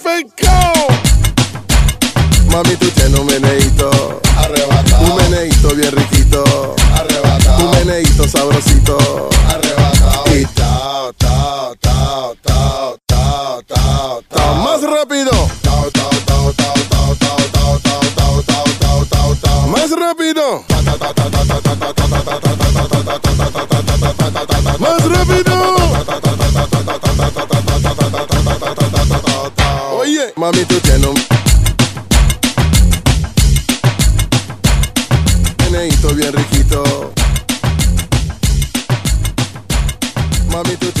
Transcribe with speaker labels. Speaker 1: Fencao.
Speaker 2: Mami, tú tienes un meneito.
Speaker 1: Arrebatado.
Speaker 2: Un meneito bien riquito.
Speaker 1: Arrebatado.
Speaker 2: Un meneito sabrosito.
Speaker 1: Arrebatado.
Speaker 2: Y
Speaker 1: tao, tao, tao, tao, tao, tao,
Speaker 2: Ta más rápido.
Speaker 1: Tao, tao, tao, tao, tao, tao, tao, tao, tao, tao, tao, tao, tao.
Speaker 2: Más rápido. Más rápido. Oye, mami, tú tienes un meneito bien riquito. Mami, tú